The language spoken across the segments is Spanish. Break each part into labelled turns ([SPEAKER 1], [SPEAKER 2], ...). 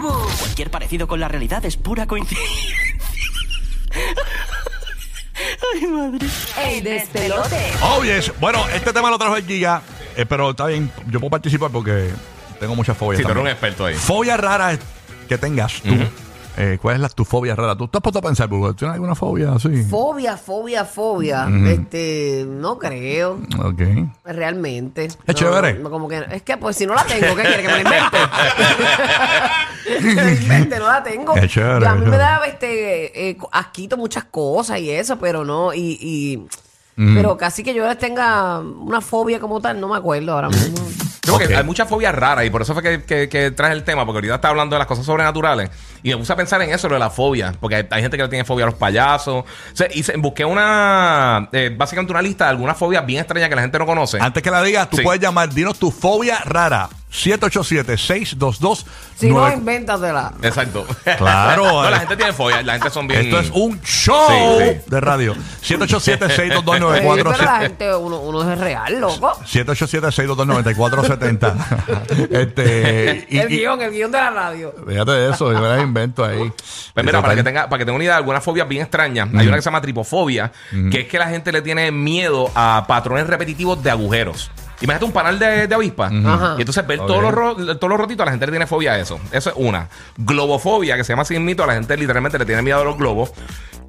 [SPEAKER 1] Cualquier parecido con la realidad es pura coincidencia. Ay, madre.
[SPEAKER 2] El despelote.
[SPEAKER 3] Oh, yes. Bueno, este tema lo trajo el Giga, eh, pero está bien, yo puedo participar porque tengo muchas fobias.
[SPEAKER 4] Si tú eres
[SPEAKER 3] también.
[SPEAKER 4] un experto ahí.
[SPEAKER 3] Fobia rara que tengas tú. Eh, ¿Cuál es la, tu fobia rara? ¿Tú te has puesto a pensar, Burbu? ¿Tienes alguna fobia así?
[SPEAKER 2] Fobia, fobia, fobia. Este, no creo.
[SPEAKER 3] ok.
[SPEAKER 2] Realmente. Es
[SPEAKER 3] chévere.
[SPEAKER 2] como que, es que, pues, si no la tengo, ¿qué quiere que me la invente? Que me la invente, no la tengo.
[SPEAKER 3] Es chévere,
[SPEAKER 2] Yo a mí
[SPEAKER 3] es
[SPEAKER 2] me
[SPEAKER 3] chévere.
[SPEAKER 2] da, este, eh, asquito muchas cosas y eso, pero no, y... y Pero casi que yo les tenga una fobia como tal, no me acuerdo ahora mismo.
[SPEAKER 4] Yo creo que
[SPEAKER 3] Ok.
[SPEAKER 4] hay muchas fobias raras y por eso fue que, que- que traje el tema, porque ahorita está hablando de las cosas sobrenaturales y me puse a pensar en eso, lo de la fobia, porque hay, hay gente que le tiene fobia a los payasos. O sea, y se- busqué una, eh, básicamente una lista de algunas fobias bien extrañas que la gente no conoce.
[SPEAKER 3] Antes que la digas, tú
[SPEAKER 4] Sí.
[SPEAKER 3] puedes llamar, dinos tu fobia rara. 787-622-9.
[SPEAKER 2] Si no, invéntatela.
[SPEAKER 4] Exacto.
[SPEAKER 3] Claro. eh.
[SPEAKER 4] No, la gente tiene fobia, la gente son bien...
[SPEAKER 3] Esto es un show
[SPEAKER 4] Sí, sí.
[SPEAKER 3] de radio. 787-622-9470.
[SPEAKER 2] Pero la gente, uno, uno es real, loco.
[SPEAKER 3] 787-622-9470. este, y,
[SPEAKER 2] el
[SPEAKER 3] y-
[SPEAKER 2] guión, el guión de la radio.
[SPEAKER 3] fíjate de eso, yo me las invento ahí.
[SPEAKER 4] Pues mira, para que, tenga, para que tenga una idea de algunas fobias bien extrañas, hay una que se llama tripofobia, que es que la gente le tiene miedo a patrones repetitivos de agujeros. Imagínate un panal de, de avispas.
[SPEAKER 2] Ajá.
[SPEAKER 4] Y entonces ver
[SPEAKER 3] Ok.
[SPEAKER 4] todos, los ro- todos los rotitos, a la gente le tiene fobia a eso. Eso es una. Globofobia, que se llama así mito, a la gente literalmente le tiene miedo a los globos.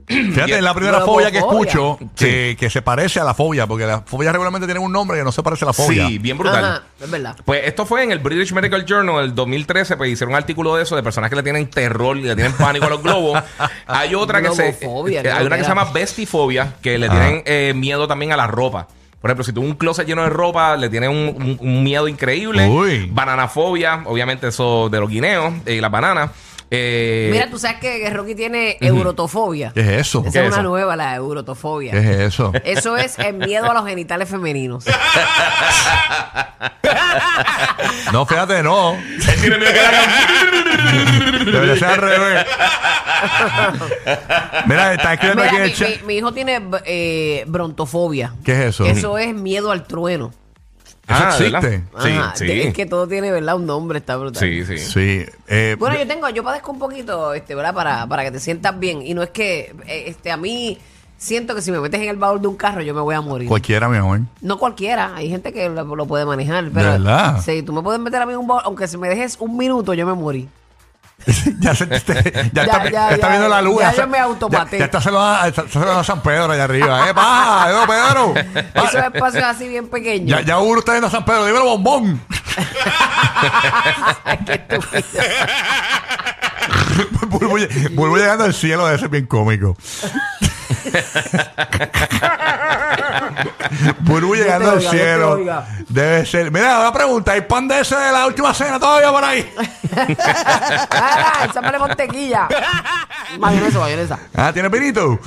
[SPEAKER 3] Fíjate, es la primera
[SPEAKER 2] Nuevo
[SPEAKER 3] fobia que
[SPEAKER 2] fobia.
[SPEAKER 3] escucho que, que se parece a la fobia, porque las fobias regularmente tienen un nombre que no se parece a la fobia.
[SPEAKER 4] Sí, bien brutal.
[SPEAKER 2] Ajá, es verdad.
[SPEAKER 4] Pues esto fue en el British Medical Journal del 2013, pues hicieron un artículo de eso, de personas que le tienen terror y le tienen pánico a los globos. Hay otra que se...
[SPEAKER 2] Globofobia,
[SPEAKER 4] eh, hay
[SPEAKER 2] creo
[SPEAKER 4] una
[SPEAKER 2] que
[SPEAKER 4] que se
[SPEAKER 2] era.
[SPEAKER 4] llama bestifobia, que le
[SPEAKER 3] Ah.
[SPEAKER 4] tienen eh, miedo también a la ropa. Por ejemplo, si tú un closet lleno de ropa, le tienen un, un- un miedo increíble.
[SPEAKER 3] Uy.
[SPEAKER 4] Bananafobia, obviamente eso de los guineos eh, y las bananas. Eh,
[SPEAKER 2] Mira, tú sabes que, que Rocky tiene eurotofobia.
[SPEAKER 3] ¿Qué es eso?
[SPEAKER 2] Esa
[SPEAKER 3] ¿Qué
[SPEAKER 2] es
[SPEAKER 4] es
[SPEAKER 2] una
[SPEAKER 4] eso?
[SPEAKER 2] nueva, la eurotofobia.
[SPEAKER 3] es eso?
[SPEAKER 2] Eso es el miedo a los genitales femeninos.
[SPEAKER 3] No, fíjate, no.
[SPEAKER 4] él tiene miedo que le hagan-
[SPEAKER 3] Debería ser al revés. Mira, está escribiendo
[SPEAKER 2] Mira,
[SPEAKER 3] aquí
[SPEAKER 2] mi,
[SPEAKER 3] el chat.
[SPEAKER 2] mi- mi hijo tiene eh, brontofobia.
[SPEAKER 3] ¿Qué es eso?
[SPEAKER 2] Eso es miedo al trueno.
[SPEAKER 4] Ah,
[SPEAKER 3] ¿Eso
[SPEAKER 4] ¿verdad?
[SPEAKER 3] existe?
[SPEAKER 4] Sí,
[SPEAKER 2] Ajá,
[SPEAKER 4] sí.
[SPEAKER 2] Es que todo tiene, ¿verdad? Un nombre, está brutal.
[SPEAKER 4] sí, sí.
[SPEAKER 3] Sí. eh,
[SPEAKER 2] Bueno, yo tengo, yo padezco un poquito, este, ¿verdad? Para, para que te sientas bien. Y no es que, eh, este, a mí siento que si me metes en el baúl de un carro yo me voy a morir.
[SPEAKER 3] Cualquiera mejor.
[SPEAKER 2] No cualquiera, hay gente que lo, lo puede manejar. Pero,
[SPEAKER 3] ¿Verdad?
[SPEAKER 2] Sí, tú me puedes meter a mí en un baúl, aunque si me dejes un minuto yo me morí.
[SPEAKER 3] ya se,
[SPEAKER 2] Ya,
[SPEAKER 3] ya, está,
[SPEAKER 2] ya,
[SPEAKER 3] ya está
[SPEAKER 2] ya,
[SPEAKER 3] viendo la luz.
[SPEAKER 2] ya
[SPEAKER 3] se-
[SPEAKER 2] yo me automaté.
[SPEAKER 3] Ya, ya está saludando, está saludando a San Pedro allá arriba. ¡Eh, baja! ¡Eh, Pedro! Pa-
[SPEAKER 2] Esos espacios así bien pequeños.
[SPEAKER 3] Ya, ya uno está viendo a San Pedro. ¡Dímelo, bombón!
[SPEAKER 2] Qué estúpido.
[SPEAKER 3] Vuelvo lle- vuelvo llegando al cielo de ese bien cómico. Vuelvo llegando al
[SPEAKER 2] oiga, Dios te
[SPEAKER 3] cielo.
[SPEAKER 2] oiga.
[SPEAKER 3] Debe ser. Mira, una pregunta. ¿Hay pan de ese de la última cena todavía por ahí?
[SPEAKER 2] ah, échame mantequilla. Mayonesa, mayonesa.
[SPEAKER 3] Ah, ¿tiene pinito?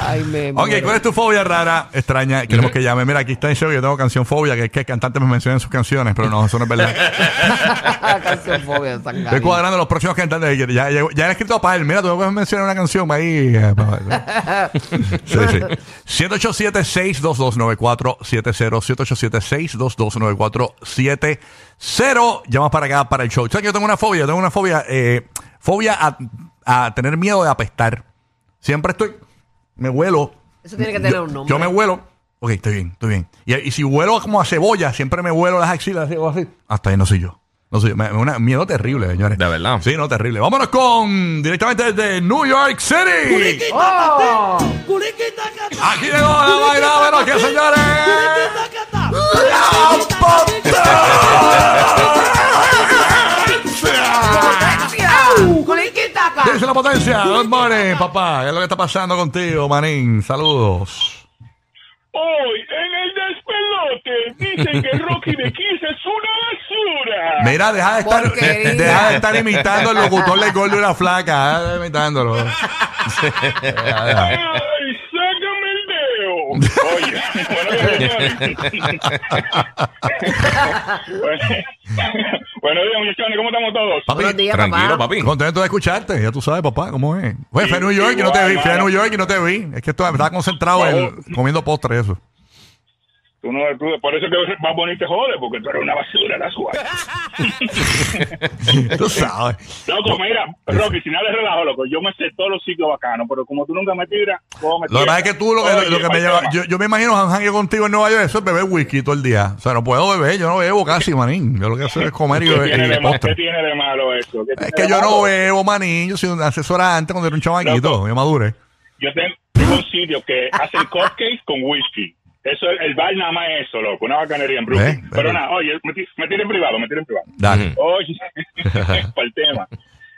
[SPEAKER 2] Ay, me
[SPEAKER 3] Ok,
[SPEAKER 2] muero.
[SPEAKER 3] ¿cuál es tu fobia rara, extraña? Queremos que llame. Mira, aquí está diciendo que yo tengo canción fobia, que es que el cantante me menciona en sus canciones, pero no, eso no es verdad.
[SPEAKER 2] Canción fobia, San
[SPEAKER 3] Estoy
[SPEAKER 2] Gabriel.
[SPEAKER 3] cuadrando los próximos cantantes. Ya, ya, ya he escrito para él. Mira, tú me puedes mencionar una canción ahí. eh, pa- Sí, sí. 787-622-9470. 787-622-9470. Llamas para acá, para el show. ¿Sabes que yo tengo una fobia? Yo tengo una fobia. eh, fobia a, a tener miedo de apestar. Siempre estoy. Me huelo.
[SPEAKER 2] Eso tiene que tener
[SPEAKER 3] Yo-
[SPEAKER 2] un nombre.
[SPEAKER 3] Yo me huelo. Ok, estoy bien, estoy bien. Y, y si huelo como a cebolla, siempre me huelo las axilas así, o así. Hasta ahí no soy yo. No soy yo. Me- me- una- miedo terrible, señores.
[SPEAKER 4] De verdad.
[SPEAKER 3] Sí, no, terrible. Vámonos con directamente desde New York City.
[SPEAKER 2] ¡Oh!
[SPEAKER 3] Aquí llegó la vaina, bueno, aquí señores. La potencia.
[SPEAKER 2] ¡Au! ¡Culiquitaca!
[SPEAKER 3] Dice la potencia. Good morning, papá. ¿Qué es lo que está pasando contigo, manín? Saludos.
[SPEAKER 5] Hoy en el despelote dicen que Rocky de Kiss es una basura.
[SPEAKER 3] Mira, deja de estar,
[SPEAKER 2] Porquería.
[SPEAKER 3] deja de estar imitando al locutor de Gordo y la Flaca. Deja de imitándolo. Deja, deja.
[SPEAKER 5] Ay, sácame el dedo. Oye, buenos días, muchachones. Buenos días, muchachones. ¿Cómo estamos todos?
[SPEAKER 3] Papi,
[SPEAKER 2] Buenos días,
[SPEAKER 4] Tranquilo,
[SPEAKER 2] papá.
[SPEAKER 4] papi.
[SPEAKER 3] Contento de escucharte, ya tú sabes, papá, cómo es. Oye, fui a New York y
[SPEAKER 5] Oh.
[SPEAKER 3] no te vi, fui a New York y no te vi. Es que estaba, estaba concentrado en comiendo postre eso.
[SPEAKER 5] Tú no, tú- por eso que más bonito jode, porque tú eres una basura, la suave.
[SPEAKER 3] Tú sabes.
[SPEAKER 5] Loco, mira, Rocky, si no le relajo, loco, yo me sé todos los sitios bacanos, pero como tú nunca me tiras, ¿cómo me
[SPEAKER 3] Lo que pasa es que tú, lo que,
[SPEAKER 5] Oye,
[SPEAKER 3] lo que me
[SPEAKER 5] pa'l
[SPEAKER 3] lleva.
[SPEAKER 5] tema.
[SPEAKER 3] Yo, yo me imagino, Hanjan, yo contigo en Nueva York, eso es beber whisky todo el día. O sea, no puedo beber, yo no bebo casi, manín. Yo lo que hago es comer y
[SPEAKER 5] ¿Qué
[SPEAKER 3] beber.
[SPEAKER 5] tiene,
[SPEAKER 3] y
[SPEAKER 5] de malo, ¿Qué
[SPEAKER 3] postre.
[SPEAKER 5] tiene de malo eso? ¿Qué
[SPEAKER 3] Es
[SPEAKER 5] tiene
[SPEAKER 3] que
[SPEAKER 5] de
[SPEAKER 3] yo no
[SPEAKER 5] malo?
[SPEAKER 3] bebo, manín. Yo soy un asesorante cuando era un chamaquito,
[SPEAKER 5] Loco.
[SPEAKER 3] yo madure.
[SPEAKER 5] Yo tengo tengo un sitio que hacen cupcakes con whisky. Eso, el bar nada más es eso, loco, una bacanería en Brooklyn.
[SPEAKER 3] Ve, ve.
[SPEAKER 5] Pero nada, oye, me ti- me tiro en privado, me tiro en privado.
[SPEAKER 3] Dale.
[SPEAKER 5] Oye, para el tema.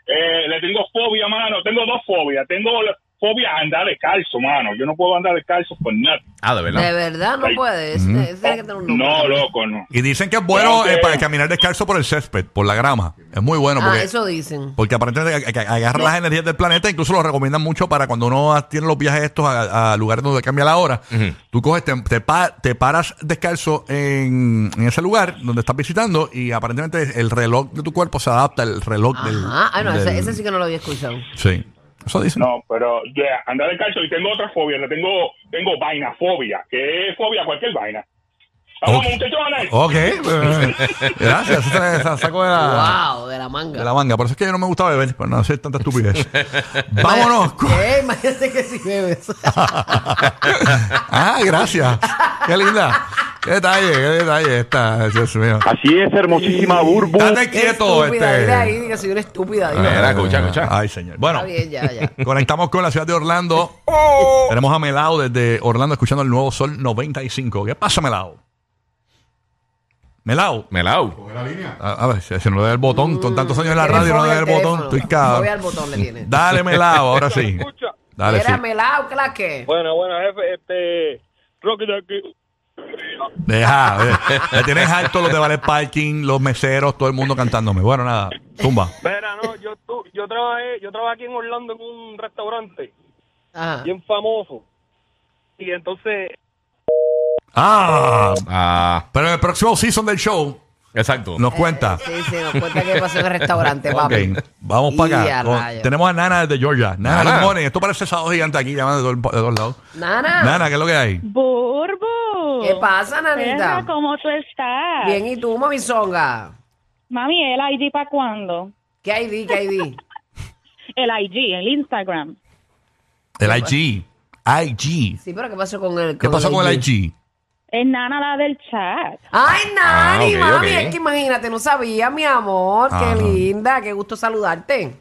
[SPEAKER 5] Eh, le tengo fobia, mano. Tengo dos fobias. Tengo la fobia a andar descalzo, mano. Yo no puedo andar descalzo por nada.
[SPEAKER 4] Ah, de
[SPEAKER 2] De
[SPEAKER 4] verdad.
[SPEAKER 2] verdad no
[SPEAKER 5] Ay.
[SPEAKER 2] puedes.
[SPEAKER 3] Mm.
[SPEAKER 2] Tiene que tener un nombre.
[SPEAKER 5] No, loco, no.
[SPEAKER 3] Y dicen que es bueno
[SPEAKER 5] Creo
[SPEAKER 3] eh,
[SPEAKER 5] que-
[SPEAKER 3] para caminar descalzo por el césped, por la grama. Es muy bueno
[SPEAKER 2] Ah,
[SPEAKER 3] porque,
[SPEAKER 2] eso dicen.
[SPEAKER 3] porque aparentemente ag- ag- agarra las energías del planeta. Incluso lo recomiendan mucho para cuando uno tiene los viajes estos a, a lugares donde cambia la hora. Tú coges, te, te pa- te paras descalzo en, en ese lugar donde estás visitando y aparentemente el reloj de tu cuerpo se adapta al reloj del.
[SPEAKER 2] Ajá. Ah, no,
[SPEAKER 3] del-
[SPEAKER 2] ese, ese sí que no lo había escuchado.
[SPEAKER 3] Sí. Eso dicen.
[SPEAKER 5] No, pero ya, andar descalzo. Y tengo otra fobia. Le tengo, tengo vaina fobia, que es fobia a cualquier vaina. Vamos,
[SPEAKER 3] Ok.
[SPEAKER 5] muchachos, a ver.
[SPEAKER 3] Ok. Gracias. Eso se- se sacó de la-
[SPEAKER 2] wow, de la manga.
[SPEAKER 3] Ah. de la manga. Por eso es que yo no me gusta beber, para no hacer tanta estupidez. Vámonos. con-
[SPEAKER 2] Eh, imagínate que si bebes.
[SPEAKER 3] ah, gracias. Qué linda. Qué detalle, qué detalle esta. Dios mío.
[SPEAKER 6] Así es, hermosísima Burbu.
[SPEAKER 3] Date
[SPEAKER 2] Qué
[SPEAKER 3] quieto.
[SPEAKER 2] estúpida, dile ahí,
[SPEAKER 3] Este.
[SPEAKER 2] dile que soy una estúpida. dile.
[SPEAKER 4] Mira, escucha, escucha.
[SPEAKER 3] Ay, señor. Bueno,
[SPEAKER 2] Está bien, ya, ya.
[SPEAKER 3] conectamos con la ciudad de Orlando.
[SPEAKER 4] Oh.
[SPEAKER 3] Tenemos a Melao desde Orlando escuchando el nuevo Sol 95. ¿Qué pasa, Melao? Melao.
[SPEAKER 4] Melao.
[SPEAKER 3] A, a ver, se, se nos da el botón. Con tantos años en la
[SPEAKER 2] Mm, Tiene
[SPEAKER 3] radio no
[SPEAKER 2] fobia
[SPEAKER 3] da el
[SPEAKER 2] al
[SPEAKER 3] botón.
[SPEAKER 2] teléfono.
[SPEAKER 3] Estoy cagado.
[SPEAKER 2] Fobia al botón le tiene.
[SPEAKER 3] Dale, Melao, ahora sí. Dale, sí.
[SPEAKER 2] Era melao, claque.
[SPEAKER 7] Bueno, bueno, jefe, este. Rocky de aquí.
[SPEAKER 3] Deja, ve. me tienes alto los de Ballet Parking, los meseros, todo el mundo cantándome. Bueno, nada, tumba.
[SPEAKER 7] Verá, no, yo, tu- yo trabajé, yo trabajé aquí en Orlando en un restaurante
[SPEAKER 2] Ajá.
[SPEAKER 7] bien famoso. Y entonces,
[SPEAKER 3] Ah,
[SPEAKER 4] Ah,
[SPEAKER 3] pero en el próximo season del show
[SPEAKER 4] exacto.
[SPEAKER 3] nos cuenta.
[SPEAKER 2] Sí, sí, nos cuenta que pasó en el restaurante,
[SPEAKER 3] Ok,
[SPEAKER 2] papi.
[SPEAKER 3] vamos
[SPEAKER 2] Y
[SPEAKER 3] para
[SPEAKER 2] a
[SPEAKER 3] acá. Con-
[SPEAKER 2] rayos.
[SPEAKER 3] tenemos a Nana desde Georgia. Nana,
[SPEAKER 4] Nana.
[SPEAKER 3] good morning. Esto parece sábado gigante aquí, llamando de, todo- de todos lados.
[SPEAKER 2] Nana,
[SPEAKER 3] Nana, ¿qué es lo que hay?
[SPEAKER 8] Burbu.
[SPEAKER 2] ¿qué pasa, nanita?
[SPEAKER 8] Perra, ¿cómo tú estás?
[SPEAKER 2] Bien, ¿y tú, mami Songa?
[SPEAKER 8] Mami, ¿el ID para cuándo?
[SPEAKER 2] ¿Qué ID, qué ID?
[SPEAKER 8] El IG, el Instagram.
[SPEAKER 3] El IG. IG.
[SPEAKER 2] Sí, pero ¿qué pasó con el
[SPEAKER 3] ¿Qué pasó con el IG?
[SPEAKER 8] Es Nana la del chat.
[SPEAKER 2] Ay, Nani,
[SPEAKER 4] Ah, ok,
[SPEAKER 2] mami,
[SPEAKER 4] ok.
[SPEAKER 2] es que imagínate, no sabía, mi amor.
[SPEAKER 3] Ajá.
[SPEAKER 2] Qué linda, qué gusto saludarte.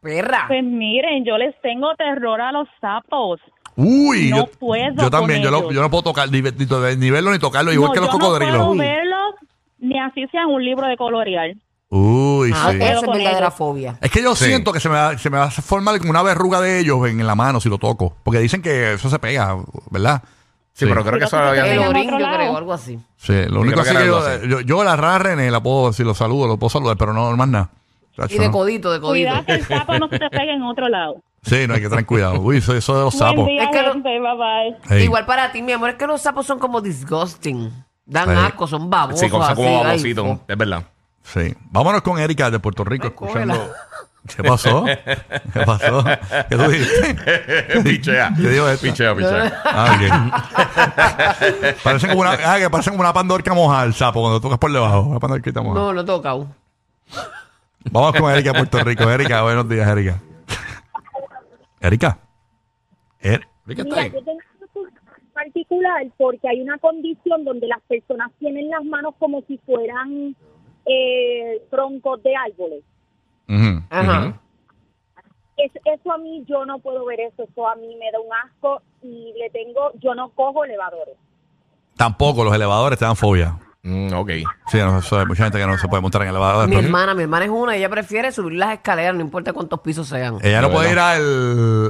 [SPEAKER 2] Perra.
[SPEAKER 8] Pues miren, yo les tengo terror a los sapos.
[SPEAKER 3] Uy,
[SPEAKER 8] No
[SPEAKER 3] yo,
[SPEAKER 8] puedo
[SPEAKER 3] yo también, yo,
[SPEAKER 8] con
[SPEAKER 3] lo-
[SPEAKER 8] ellos.
[SPEAKER 3] yo no puedo tocar ni, ni, to- ni verlo ni tocarlo, igual
[SPEAKER 8] No,
[SPEAKER 3] que los
[SPEAKER 8] yo
[SPEAKER 3] cocodrilos.
[SPEAKER 8] No puedo verlos ni así sea un libro de colorear.
[SPEAKER 3] Uy,
[SPEAKER 2] Ah,
[SPEAKER 3] sí.
[SPEAKER 2] esa es
[SPEAKER 8] con
[SPEAKER 2] verdadera
[SPEAKER 8] ellos.
[SPEAKER 2] fobia.
[SPEAKER 3] Es que yo
[SPEAKER 4] Sí.
[SPEAKER 3] siento que se me, va, se me va a formar como una verruga de ellos en la mano si lo toco. Porque dicen que eso se pega, ¿verdad?
[SPEAKER 4] Sí, pero creo que eso lo habían
[SPEAKER 2] El
[SPEAKER 8] en
[SPEAKER 2] orín,
[SPEAKER 8] otro
[SPEAKER 2] yo
[SPEAKER 8] lado.
[SPEAKER 2] creo, algo así.
[SPEAKER 3] Sí, lo único
[SPEAKER 4] creo
[SPEAKER 3] así que
[SPEAKER 4] que era algo
[SPEAKER 3] yo,
[SPEAKER 4] así.
[SPEAKER 3] yo, yo la rara René la puedo, si lo saludo, lo puedo saludar, pero no, más nada. Chacho,
[SPEAKER 2] Y de
[SPEAKER 3] ¿no?
[SPEAKER 2] codito, de codito.
[SPEAKER 8] Cuidado que el sapo no se te pegue en otro lado.
[SPEAKER 3] Sí, no hay que tener cuidado. Uy, eso, eso de los sapos.
[SPEAKER 8] Buen día,
[SPEAKER 2] Es que no-
[SPEAKER 8] gente, bye bye.
[SPEAKER 3] Ey.
[SPEAKER 2] Igual para ti, mi amor, es que los sapos son como disgusting. Dan
[SPEAKER 3] Ey.
[SPEAKER 2] asco, son babosos.
[SPEAKER 4] Sí, cosas como
[SPEAKER 2] así, ay,
[SPEAKER 4] babosito.
[SPEAKER 2] fo-
[SPEAKER 4] Es verdad.
[SPEAKER 3] Sí. Vámonos con Erika de Puerto Rico
[SPEAKER 2] Ay,
[SPEAKER 3] escuchando.
[SPEAKER 2] cógela.
[SPEAKER 3] ¿Qué pasó? ¿Qué pasó? ¿Qué tú dijiste?
[SPEAKER 4] Pichea.
[SPEAKER 3] ¿Qué dijo esta?
[SPEAKER 4] Pichea, pichea.
[SPEAKER 3] Ah, ok. parecen como una, ah, que parecen como una pandorca mojada el sapo cuando tocas por debajo. Una pandorquita mojada.
[SPEAKER 2] No, no toca. aún.
[SPEAKER 3] Vamos con Erika a Puerto Rico. Erika, buenos días, Erika. Erika. Er- Erika está
[SPEAKER 9] Mira,
[SPEAKER 3] ahí.
[SPEAKER 9] yo tengo un particular porque hay una condición donde las personas tienen las manos como si fueran eh, troncos de árboles.
[SPEAKER 3] Ujú.
[SPEAKER 2] Ajá.
[SPEAKER 9] Es, eso a mí, yo no puedo ver eso, eso a mí me da un asco y le tengo, yo no cojo elevadores.
[SPEAKER 3] Tampoco los elevadores te dan fobia.
[SPEAKER 4] Mm, ok.
[SPEAKER 3] Sí, no, eso hay mucha gente que no se puede montar en elevadores.
[SPEAKER 2] Mi
[SPEAKER 3] pero-
[SPEAKER 2] hermana, mi hermana es una, ella prefiere subir las escaleras, no importa cuántos pisos sean.
[SPEAKER 3] Ella no
[SPEAKER 4] De
[SPEAKER 3] puede ir al,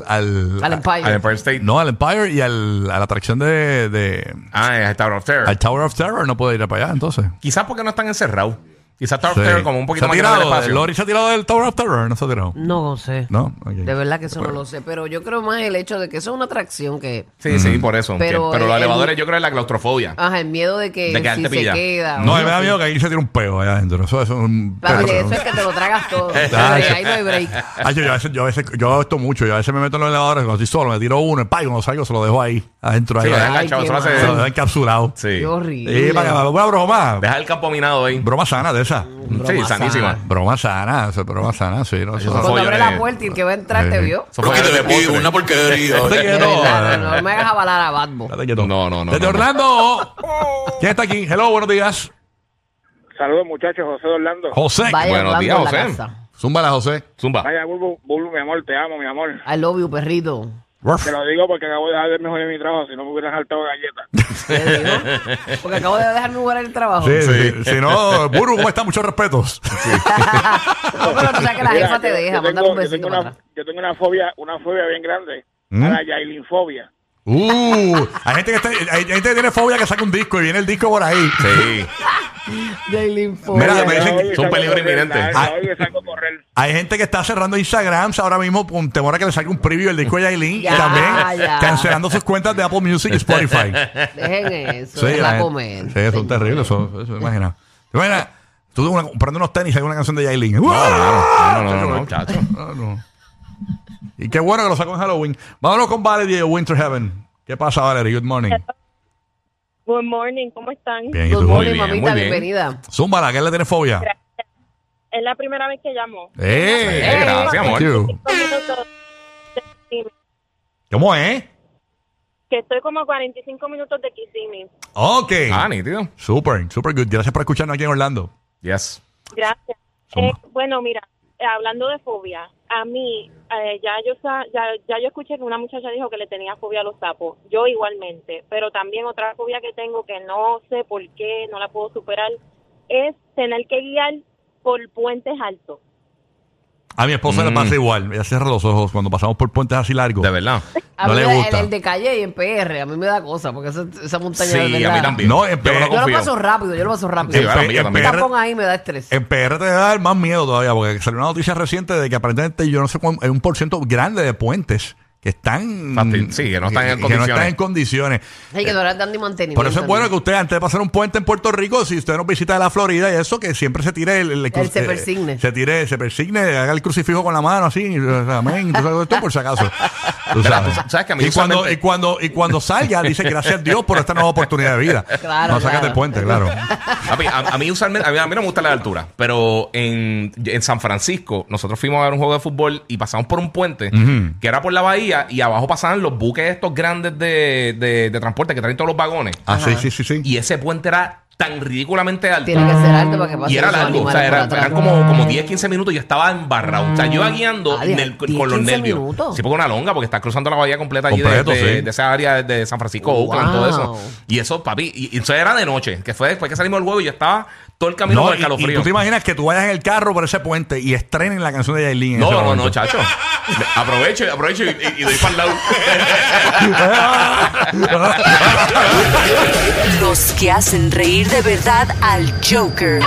[SPEAKER 3] Eh, al,
[SPEAKER 2] Al Empire.
[SPEAKER 4] Al Empire Ah, State.
[SPEAKER 3] No, al Empire y al, a la atracción de, de-
[SPEAKER 4] Ah, es Tower of Terror.
[SPEAKER 3] Al Tower of Terror. No puede ir para allá, entonces.
[SPEAKER 4] Quizás porque no están encerrados. Quizás Tower
[SPEAKER 3] Sí.
[SPEAKER 4] of Terror como un
[SPEAKER 3] ¿Se
[SPEAKER 4] poquito
[SPEAKER 3] ha
[SPEAKER 4] más grande el
[SPEAKER 3] tirado?
[SPEAKER 4] espacio.
[SPEAKER 3] ¿Lori se ha tirado del Tower of Terror? No se ha tirado.
[SPEAKER 2] No sé.
[SPEAKER 3] No. ok.
[SPEAKER 2] De verdad que eso no lo sé, pero yo creo más el hecho de que eso es una atracción que...
[SPEAKER 4] Sí, sí,
[SPEAKER 3] Mm.
[SPEAKER 4] por eso. Que- Pero,
[SPEAKER 2] Pero el- Ah,
[SPEAKER 4] los elevadores yo creo es la claustrofobia.
[SPEAKER 2] Ajá, el miedo de que
[SPEAKER 4] De
[SPEAKER 2] si
[SPEAKER 4] quedarte
[SPEAKER 2] se
[SPEAKER 4] pillado.
[SPEAKER 2] queda.
[SPEAKER 3] No,
[SPEAKER 2] o
[SPEAKER 3] me da
[SPEAKER 2] así.
[SPEAKER 3] miedo que ahí se tire un peo allá adentro. Eso, eso es un
[SPEAKER 2] Papi,
[SPEAKER 3] perro.
[SPEAKER 2] eso es que te lo tragas todo.
[SPEAKER 3] Ah, sí.
[SPEAKER 2] Ahí no hay break.
[SPEAKER 3] Ay, yo, yo a veces, yo a veces, yo hago esto mucho, yo a veces me meto en los elevadores cuando estoy solo, me tiro uno, pa, y cuando salgo se lo dejo ahí. adentro
[SPEAKER 4] Sí,
[SPEAKER 3] ahí.
[SPEAKER 4] lo deja
[SPEAKER 3] ahí.
[SPEAKER 4] enganchado,
[SPEAKER 2] qué
[SPEAKER 4] eso lo hace-
[SPEAKER 3] Se lo deja encapsulado.
[SPEAKER 4] Sí.
[SPEAKER 2] Qué horrible.
[SPEAKER 3] Sí, para que- una broma.
[SPEAKER 4] Deja el campo minado hoy.
[SPEAKER 3] Broma sana de esa.
[SPEAKER 4] Sí,
[SPEAKER 2] Broma
[SPEAKER 4] sanísima.
[SPEAKER 2] sana.
[SPEAKER 3] Broma sana, eso, broma sana, sí. No,
[SPEAKER 4] Eso
[SPEAKER 3] Eso-
[SPEAKER 2] Cuando
[SPEAKER 4] Oye,
[SPEAKER 2] abre
[SPEAKER 4] eh,
[SPEAKER 2] la puerta y el que va a entrar te
[SPEAKER 3] eh.
[SPEAKER 2] vio.
[SPEAKER 4] Eso fue de postre.
[SPEAKER 10] porquería.
[SPEAKER 3] Te
[SPEAKER 2] De
[SPEAKER 3] quieto.
[SPEAKER 2] verdad, no, no me hagas avalar a Batbo.
[SPEAKER 3] Estate quieto.
[SPEAKER 4] No, no, no,
[SPEAKER 3] Desde
[SPEAKER 4] no.
[SPEAKER 3] Orlando. ¿Quién está aquí? Hello, buenos días.
[SPEAKER 7] Saludos, muchachos. José de Orlando.
[SPEAKER 3] José.
[SPEAKER 2] Vaya
[SPEAKER 4] Buenos
[SPEAKER 2] Orlando
[SPEAKER 4] días,
[SPEAKER 2] en la
[SPEAKER 4] José.
[SPEAKER 2] casa.
[SPEAKER 3] Zúmbala, José.
[SPEAKER 4] Zumba.
[SPEAKER 7] Vaya, Bulbo, Bulbo, mi amor, te amo, mi amor.
[SPEAKER 2] I love you, perrito.
[SPEAKER 3] Ruff.
[SPEAKER 7] Te lo digo porque acabo de dejar de mejorar mi trabajo, si no me hubieran saltado galletas.
[SPEAKER 2] ¿Qué digo? Porque acabo de dejar mi lugar en el trabajo.
[SPEAKER 3] Sí, sí. Si no, Buru, ¿cómo está? Muchos respetos.
[SPEAKER 2] No, pero tú sabes que la
[SPEAKER 7] Mira,
[SPEAKER 2] jefa te
[SPEAKER 7] yo-
[SPEAKER 2] deja.
[SPEAKER 7] yo
[SPEAKER 2] Mándale
[SPEAKER 7] tengo-
[SPEAKER 2] un
[SPEAKER 7] yo tengo
[SPEAKER 2] besito para
[SPEAKER 7] una-
[SPEAKER 2] atrás.
[SPEAKER 7] Yo tengo una fobia, una fobia bien grande,
[SPEAKER 3] ¿Mm?
[SPEAKER 7] a la Yailinfobia.
[SPEAKER 3] Uh, hay gente que está- hay gente que tiene fobia que saca un disco y viene el disco por ahí.
[SPEAKER 4] Sí.
[SPEAKER 2] Yailin Fobia.
[SPEAKER 3] Mira, me dicen
[SPEAKER 4] que son peligro inminente.
[SPEAKER 3] Ah.
[SPEAKER 7] Hoy salgo a correr.
[SPEAKER 3] Hay gente que está cerrando Instagram ahora mismo con temor a que le salga un preview del disco de Yailin y
[SPEAKER 2] Ya,
[SPEAKER 3] también
[SPEAKER 2] ya.
[SPEAKER 3] cancelando sus cuentas de Apple Music y Spotify.
[SPEAKER 2] Dejen eso.
[SPEAKER 3] Sí, la
[SPEAKER 2] la
[SPEAKER 4] eh,
[SPEAKER 3] gente-
[SPEAKER 2] comer.
[SPEAKER 3] sí, son terribles, son, eso, imagina. Imagina, tú una- comprando unos tenis y hay una canción de Yailin.
[SPEAKER 4] No, no, no, no, no, no, no, chacho.
[SPEAKER 3] Ah, no. Y qué bueno que lo sacó en Halloween. Vámonos con Valerie de Winter Heaven. ¿Qué pasa, Valerie? Good morning.
[SPEAKER 9] Good morning, ¿cómo están?
[SPEAKER 3] Bien, ¿y
[SPEAKER 2] Good
[SPEAKER 3] tú?
[SPEAKER 2] morning,
[SPEAKER 4] bien,
[SPEAKER 2] mamita.
[SPEAKER 4] muy bien.
[SPEAKER 2] Bienvenida.
[SPEAKER 3] Zúmbala, ¿qué le tiene fobia?
[SPEAKER 9] Es la primera vez que llamo.
[SPEAKER 3] ¡Eh!
[SPEAKER 4] Eh, gracias,
[SPEAKER 3] Thank
[SPEAKER 4] amor.
[SPEAKER 3] you.
[SPEAKER 9] Kissimmee,
[SPEAKER 3] ¿Cómo es?
[SPEAKER 9] Que estoy como a 45 minutos de Kissimmee.
[SPEAKER 3] Ok.
[SPEAKER 4] Ah, nítido.
[SPEAKER 3] Super, super good. Gracias por escucharnos aquí en Orlando.
[SPEAKER 4] Yes.
[SPEAKER 9] Gracias.
[SPEAKER 3] Zumba.
[SPEAKER 9] Eh, bueno, mira, eh, hablando de fobia, a mí eh, ya yo sa- ya, ya yo escuché que una muchacha dijo que le tenía fobia a los sapos. Yo igualmente, pero también otra fobia que tengo que no sé por qué no la puedo superar es tener que guiar por puentes altos.
[SPEAKER 3] A mi esposa le
[SPEAKER 4] Mm.
[SPEAKER 3] pasa igual. Ella cierra los ojos cuando pasamos por puentes así largos.
[SPEAKER 4] De verdad.
[SPEAKER 2] A
[SPEAKER 3] No
[SPEAKER 2] mí
[SPEAKER 3] le
[SPEAKER 2] me da-
[SPEAKER 3] gusta.
[SPEAKER 2] El, el de calle y en PR. A mí me da cosa porque esa, esa montaña
[SPEAKER 4] Sí,
[SPEAKER 2] de verdad.
[SPEAKER 4] a mí también.
[SPEAKER 3] No, eh, en
[SPEAKER 4] Yo
[SPEAKER 3] pe-
[SPEAKER 4] no
[SPEAKER 2] Yo lo
[SPEAKER 4] confío.
[SPEAKER 2] paso rápido, yo lo paso rápido.
[SPEAKER 4] Sí,
[SPEAKER 3] En,
[SPEAKER 4] claro,
[SPEAKER 3] P-
[SPEAKER 4] mí
[SPEAKER 3] en
[SPEAKER 4] también. Eh,
[SPEAKER 2] Un tapón
[SPEAKER 3] PR,
[SPEAKER 2] ahí me da estrés.
[SPEAKER 3] en PR te da más miedo todavía porque salió una noticia reciente de que aparentemente yo no sé cuán- hay un por ciento grande de puentes que están
[SPEAKER 4] Fácil, sí, que no están en
[SPEAKER 3] que no
[SPEAKER 4] condiciones.
[SPEAKER 3] están en condiciones.
[SPEAKER 2] Hay
[SPEAKER 4] eh,
[SPEAKER 2] que no eran dando mantenimiento.
[SPEAKER 3] Por eso es bueno que usted, antes de pasar un puente en Puerto Rico, si usted nos visita de la Florida y eso, que siempre se tire el, el cru-
[SPEAKER 2] se
[SPEAKER 3] eh,
[SPEAKER 2] persigne.
[SPEAKER 3] se tire, se persigne, haga el crucifijo con la mano así, y, o sea, amén, tú sabes, esto por si acaso. Tú
[SPEAKER 4] Mira, tú sabes que a mí
[SPEAKER 3] y, cuando,
[SPEAKER 4] usualmente-
[SPEAKER 3] y, cuando, y cuando salga, dice gracias a Dios por esta nueva oportunidad de vida.
[SPEAKER 2] Claro,
[SPEAKER 3] no sacas del
[SPEAKER 2] claro.
[SPEAKER 3] puente, claro.
[SPEAKER 4] A mí, a, a mí usualmente, a mí, a mí no me gusta la altura, pero en, en San Francisco nosotros fuimos a ver un juego de fútbol y pasamos por un puente
[SPEAKER 3] Ujú.
[SPEAKER 4] que era por la bahía y abajo pasaban los buques estos grandes de, de- de transporte que traen todos los vagones.
[SPEAKER 3] Ah, sí, sí, sí, sí.
[SPEAKER 4] Y ese puente era tan ridículamente alto.
[SPEAKER 2] Tiene que ser alto para que pase
[SPEAKER 4] Y era
[SPEAKER 2] esos
[SPEAKER 4] largo, o sea,
[SPEAKER 2] animales
[SPEAKER 4] era-
[SPEAKER 2] por atrás.
[SPEAKER 4] eran como,
[SPEAKER 3] Ah.
[SPEAKER 4] como 10, 15 minutos y yo estaba embarrado. O sea, yo iba guiando
[SPEAKER 2] Ah, diez-
[SPEAKER 4] nel- con
[SPEAKER 2] 10,
[SPEAKER 4] los
[SPEAKER 2] 15
[SPEAKER 4] nervios.
[SPEAKER 2] minutos.
[SPEAKER 4] Sí, porque una longa, porque estás cruzando la bahía completa allí de-
[SPEAKER 3] Completo,
[SPEAKER 4] de,
[SPEAKER 3] sí.
[SPEAKER 4] de esa área de San Francisco,
[SPEAKER 2] Wow.
[SPEAKER 4] Oakland, todo eso. Y eso, papi, y, y eso era de noche, que fue después que salimos del huevo y yo estaba todo el camino
[SPEAKER 3] No,
[SPEAKER 4] con el
[SPEAKER 3] y- y,
[SPEAKER 4] calofrío.
[SPEAKER 3] tú te imaginas que tú vayas en el carro por ese puente y estrenen la canción de Yailin. en
[SPEAKER 4] no,
[SPEAKER 3] ese
[SPEAKER 4] no,
[SPEAKER 3] momento.
[SPEAKER 4] no, chacho. Me- Aprovecho, aprovecho y, y- y doy para el lado.
[SPEAKER 11] Los que hacen reír de verdad al Joker.